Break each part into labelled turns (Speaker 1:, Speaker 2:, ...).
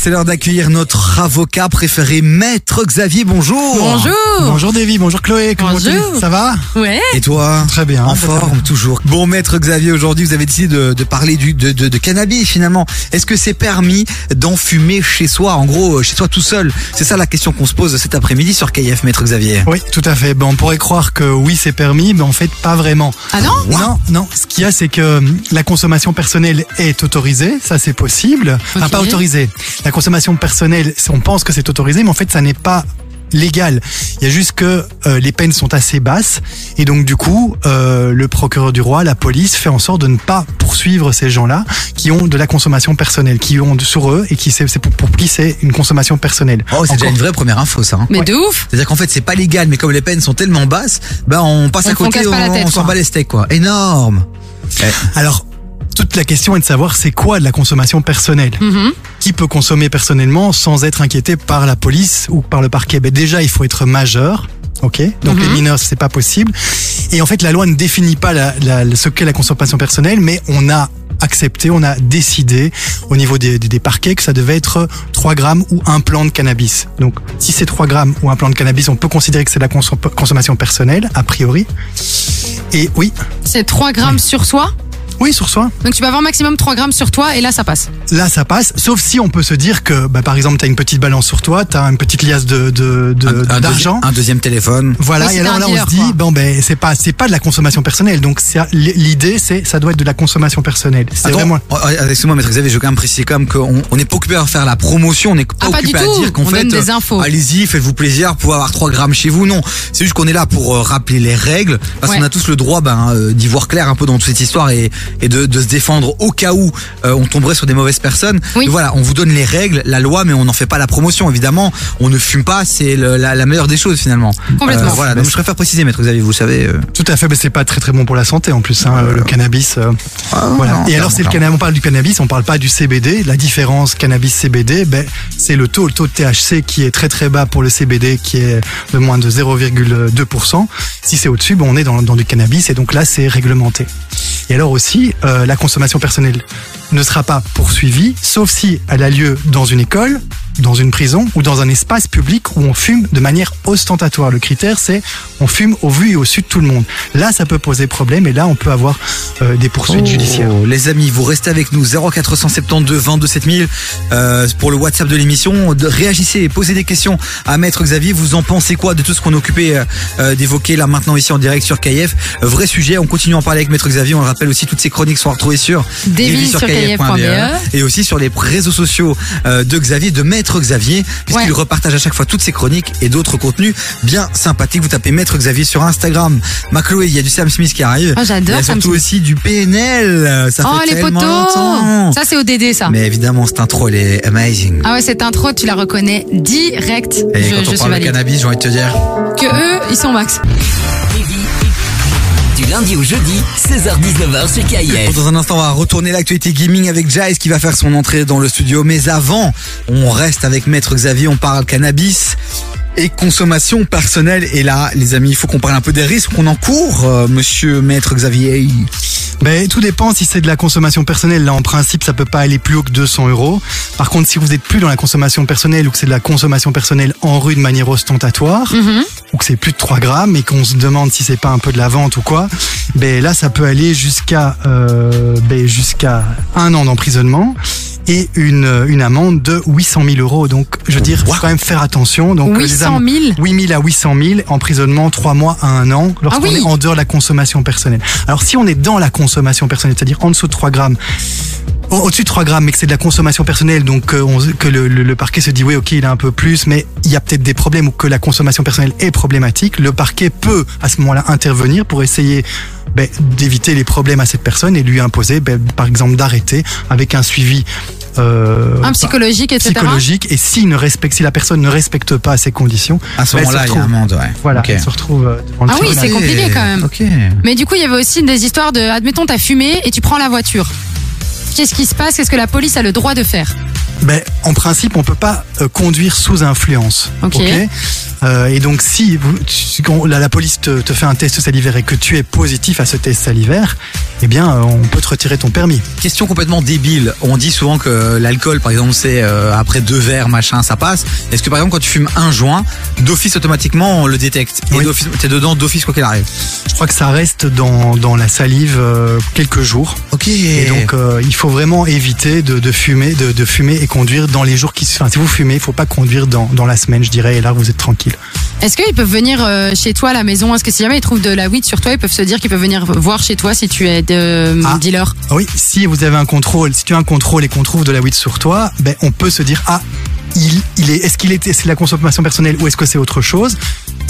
Speaker 1: c'est l'heure d'accueillir notre avocat préféré, Maître Xavier. Bonjour.
Speaker 2: Bonjour.
Speaker 3: Bonjour Davy, bonjour Chloé, comment
Speaker 2: Bonjour.
Speaker 3: tu- Ça va
Speaker 2: Ouais.
Speaker 1: Et toi
Speaker 3: Très bien.
Speaker 1: En
Speaker 3: Très bien.
Speaker 1: forme toujours. Bon maître Xavier, aujourd'hui vous avez décidé de, de parler du, de, de- de cannabis finalement. Est-ce que c'est permis d'en fumer chez soi, en gros euh, chez soi tout seul C'est ça la question qu'on se pose cet après-midi sur KF maître Xavier.
Speaker 3: Oui, tout à fait. Ben, on pourrait croire que oui, c'est permis, mais en fait, pas vraiment.
Speaker 2: Ah non
Speaker 3: Non, non. Ce qu'il y a, c'est que hum, la consommation personnelle est autorisée, ça c'est possible. Enfin,
Speaker 2: Ok.
Speaker 3: pas autorisée. La consommation personnelle, c'est- on pense que c'est autorisé, mais en fait, ça n'est pas légal. Il y a juste que euh, les peines sont assez basses et donc du coup, euh, le procureur du roi, la police, fait en sorte de ne pas poursuivre ces gens-là qui ont de la consommation personnelle, qui ont de- sur eux et qui c'est c'est pour, pour qui c'est une consommation personnelle.
Speaker 1: Oh, c'est déjà
Speaker 3: Encore-
Speaker 1: une vraie première info ça. hein.
Speaker 2: Mais de ouf
Speaker 1: C'est-à-dire qu'en fait c'est pas légal, mais comme les peines sont tellement basses, bah on passe
Speaker 2: On-
Speaker 1: à
Speaker 2: on
Speaker 1: côté,
Speaker 2: casse pas la tête,
Speaker 1: on s'en
Speaker 2: quoi.
Speaker 1: bat les steaks quoi. Énorme.
Speaker 3: Alors, toute la question est de savoir c'est quoi de la consommation personnelle.
Speaker 2: Mhm.
Speaker 3: Qui peut consommer personnellement sans être inquiété par la police ou par le parquet ben Déjà, il faut être majeur. Ok, donc les
Speaker 2: Mhm.
Speaker 3: mineurs c'est pas possible. Et en fait, la loi ne définit pas la- la- ce qu'est la consommation personnelle, mais on a accepté, on a décidé au niveau des, des- des parquets que ça devait être 3 grammes ou un plan de cannabis. Donc, si c'est 3 grammes ou un plan de cannabis, on peut considérer que c'est de la consom- consommation personnelle a priori. Et oui,
Speaker 2: C'est 3 grammes sur soi.
Speaker 3: oui sur soi.
Speaker 2: Donc tu peux avoir maximum 3 grammes sur toi et là ça passe.
Speaker 3: Là, ça passe, sauf si on peut se dire que, bah, par exemple, t'as une petite balance sur toi, t'as une petite liasse de de-
Speaker 1: Un-
Speaker 3: de-
Speaker 1: un deuxi-
Speaker 3: d'argent.
Speaker 1: un deuxième téléphone.
Speaker 3: voilà,
Speaker 2: Oui,
Speaker 3: et
Speaker 2: c'est
Speaker 3: alors
Speaker 2: un
Speaker 3: là, on
Speaker 2: dealer,
Speaker 3: se dit,
Speaker 2: quoi.
Speaker 3: bon, ben, c'est pas, c'est pas de la consommation personnelle. Donc, c'est- l'idée, c'est, ça doit être de la consommation personnelle. C'est
Speaker 1: Attends,
Speaker 3: vraiment.
Speaker 1: oh, oh, excuse-moi, maître Xavier, je veux quand même préciser quand même qu'on on n'est pas occupé à faire la promotion, on n'est pas
Speaker 2: Ah, pas
Speaker 1: occupé
Speaker 2: du
Speaker 1: à
Speaker 2: tout,
Speaker 1: dire qu'en
Speaker 2: on
Speaker 1: fait,
Speaker 2: donne des
Speaker 1: euh,
Speaker 2: infos.
Speaker 1: allez-y, faites-vous plaisir, pour avoir 3 grammes chez vous. Non, c'est juste qu'on est là pour euh, rappeler les règles, parce
Speaker 2: Ouais.
Speaker 1: qu'on a tous le droit ben, euh, d'y voir clair un peu dans toute cette histoire et, et de, de se défendre au cas où euh, on tomberait sur des mauvaises personnes.
Speaker 2: Oui.
Speaker 1: Mais Voilà, on vous donne les règles, la loi, mais on n'en fait pas la promotion, évidemment. On ne fume pas, c'est le- la, la meilleure des choses finalement. Euh,
Speaker 2: Complètement.
Speaker 1: voilà, donc je préfère préciser, maître Xavier, vous le savez. euh,
Speaker 3: Tout à fait, mais c'est pas très très bon pour la santé en plus, hein, le cannabis. euh, voilà.
Speaker 1: non,
Speaker 3: Et
Speaker 1: clairement,
Speaker 3: alors, c'est le
Speaker 1: clairement.
Speaker 3: cannabis, on parle du cannabis, on parle pas du CBD. La différence cannabis-CBD, ben, c'est le taux, le taux de THC qui est très très bas pour le CBD, qui est de moins de 0,2%. Si c'est au-dessus, ben, on est dans, dans du cannabis et donc là, c'est réglementé. Et alors aussi, euh, la consommation personnelle ne sera pas poursuivie, sauf si elle a lieu dans une école, dans une prison ou dans un espace public où on fume de manière ostentatoire. Le critère, c'est on fume au vu et au su de tout le monde. Là, ça peut poser problème et là, on peut avoir euh, des poursuites judiciaires.
Speaker 1: Oh, les amis, vous restez avec nous 0472 22 7000 euh, pour le WhatsApp de l'émission. De- Réagissez, posez des questions à Maître Xavier. Vous en pensez quoi de tout ce qu'on est occupé euh, euh, d'évoquer là maintenant ici en direct sur KF Euh, Vrai sujet, on continue à en parler avec Maître Xavier. On le rappelle aussi, toutes ces chroniques sont retrouvées sur
Speaker 2: Davy
Speaker 1: Davy
Speaker 2: sur
Speaker 1: KF.be,
Speaker 2: KF.be.
Speaker 1: E et aussi sur les réseaux sociaux euh, de Xavier, de Maître Xavier, puisqu'il
Speaker 2: Ouais.
Speaker 1: repartage à chaque fois toutes ses chroniques et d'autres contenus bien sympathiques. Vous tapez Maître Xavier sur Instagram. Ma Chloé, il y a du Sam Smith qui arrive.
Speaker 2: Ah, j'adore
Speaker 1: Il y a
Speaker 2: Sam
Speaker 1: surtout
Speaker 2: Smith.
Speaker 1: aussi du PNL. Ça
Speaker 2: Oh
Speaker 1: fait
Speaker 2: les
Speaker 1: tellement
Speaker 2: poteaux
Speaker 1: longtemps.
Speaker 2: Ça c'est ODD ça.
Speaker 1: Mais évidemment, cette intro, elle est amazing.
Speaker 2: Ah ouais cette intro tu la reconnais direct.
Speaker 1: Et
Speaker 2: je
Speaker 1: quand on
Speaker 2: je
Speaker 1: parle
Speaker 2: suis
Speaker 1: de
Speaker 2: valide.
Speaker 1: cannabis, j'ai envie de te dire.
Speaker 2: Que eux ils sont max.
Speaker 4: Du lundi au jeudi, 16h-19h sur KIF.
Speaker 1: Dans un instant, on va retourner l'actualité gaming avec Jace qui va faire son entrée dans le studio. Mais avant, on reste avec Maître Xavier, on parle cannabis et consommation personnelle. Et là, les amis, il faut qu'on parle un peu des risques qu'on encourt, euh, monsieur Maître Xavier.
Speaker 3: Ben, tout dépend si c'est de la consommation personnelle. Là, en principe, ça peut pas aller plus haut que 200 euros. Par contre, si vous n'êtes plus dans la consommation personnelle ou que c'est de la consommation personnelle en rue de manière
Speaker 2: Mm.
Speaker 3: ostentatoire,
Speaker 2: Mhm.
Speaker 3: ou que c'est plus de 3 grammes et qu'on se demande si c'est pas un peu de la vente ou quoi, ben là, ça peut aller jusqu'à euh, ben, jusqu'à un an d'emprisonnement et une, euh, une amende de 800 000 euros. Donc, je veux dire, faut quand même faire attention. Donc, euh, les
Speaker 2: 800
Speaker 3: am-
Speaker 2: 000
Speaker 3: 8 000 à 800 000, emprisonnement 3 mois à 1 an lorsqu'on
Speaker 2: Ah oui.
Speaker 3: est en dehors de la consommation personnelle. Alors si on est dans la consommation personnelle, c'est-à-dire en dessous de 3 grammes, au- au-dessus de 3 grammes, mais que c'est de la consommation personnelle, donc euh, on- que le, le- le parquet se dit oui, ok, il a un peu plus, mais il y a peut-être des problèmes ou que la consommation personnelle est problématique, le parquet peut à ce moment-là intervenir pour essayer ben, d'éviter les problèmes à cette personne et lui imposer, ben, par exemple, d'arrêter avec un suivi. euh,
Speaker 2: un psychologique etc.
Speaker 3: psychologique et s'il ne respecte, si la personne ne respecte pas ces conditions,
Speaker 1: À ce
Speaker 3: ben, elle
Speaker 1: moment-là, il y
Speaker 3: se
Speaker 1: a
Speaker 3: retrouve.
Speaker 1: amende, ouais.
Speaker 3: voilà,
Speaker 1: Ok.
Speaker 3: elle se retrouve euh, devant le
Speaker 2: Ah oui,
Speaker 3: tribunal.
Speaker 2: c'est compliqué, quand même.
Speaker 1: Ok.
Speaker 2: Mais du coup il y avait aussi des histoires de admettons t'as fumé et tu prends la voiture. Qu'est-ce qui se passe Qu'est-ce que la police a le droit de faire
Speaker 3: Ben, en principe, on peut pas euh, conduire sous influence.
Speaker 2: Ok.
Speaker 3: ok Euh, et donc, si vous- tu- qu'on- la, la police te, te fait un test salivaire et que tu es positif à ce test salivaire, eh bien, euh, on peut te retirer ton permis.
Speaker 1: Question complètement débile. On dit souvent que l'alcool, par exemple, c'est euh, après deux verres, machin, ça passe. Est-ce que par exemple, quand tu fumes un joint, d'office automatiquement on le détecte et
Speaker 3: Oui.
Speaker 1: d'office, t'es dedans d'office quoi qu'il arrive.
Speaker 3: Je crois que ça reste dans, dans la salive euh, quelques jours.
Speaker 1: Ok.
Speaker 3: Et donc, euh, il faut vraiment éviter de, de fumer, de, de fumer et conduire dans les jours qui. se- Enfin, si vous fumez, il faut pas conduire dans, dans la semaine, je dirais. Et là, vous êtes tranquille.
Speaker 2: Est-ce qu'ils peuvent venir euh, chez toi à la maison Est-ce que si jamais ils trouvent de la weed sur toi, ils peuvent se dire qu'ils peuvent venir voir chez toi si tu es euh,
Speaker 3: Ah.
Speaker 2: dealer
Speaker 3: Ah Oui, si vous avez un contrôle, si tu as un contrôle et qu'on trouve de la weed sur toi, ben on peut se dire ah il, il est est-ce qu'il était c'est de la consommation personnelle ou est-ce que c'est autre chose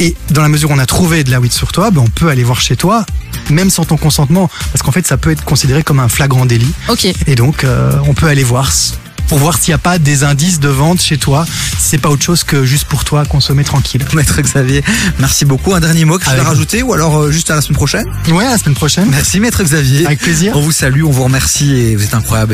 Speaker 3: Et dans la mesure où on a trouvé de la weed sur toi, ben on peut aller voir chez toi même sans ton consentement parce qu'en fait ça peut être considéré comme un flagrant délit
Speaker 2: Ok.
Speaker 3: et donc euh, on peut aller voir s- pour voir s'il n'y a pas des indices de vente chez toi, si c'est pas autre chose que juste pour toi consommer tranquille.
Speaker 1: Maître Xavier, merci beaucoup. Un dernier mot que tu veux
Speaker 3: Avec-
Speaker 1: rajouter ou alors euh, juste à la semaine prochaine.
Speaker 3: Ouais, à la semaine prochaine.
Speaker 1: Merci Maître Xavier.
Speaker 3: Avec plaisir.
Speaker 1: On vous salue, on vous remercie et vous êtes incroyable.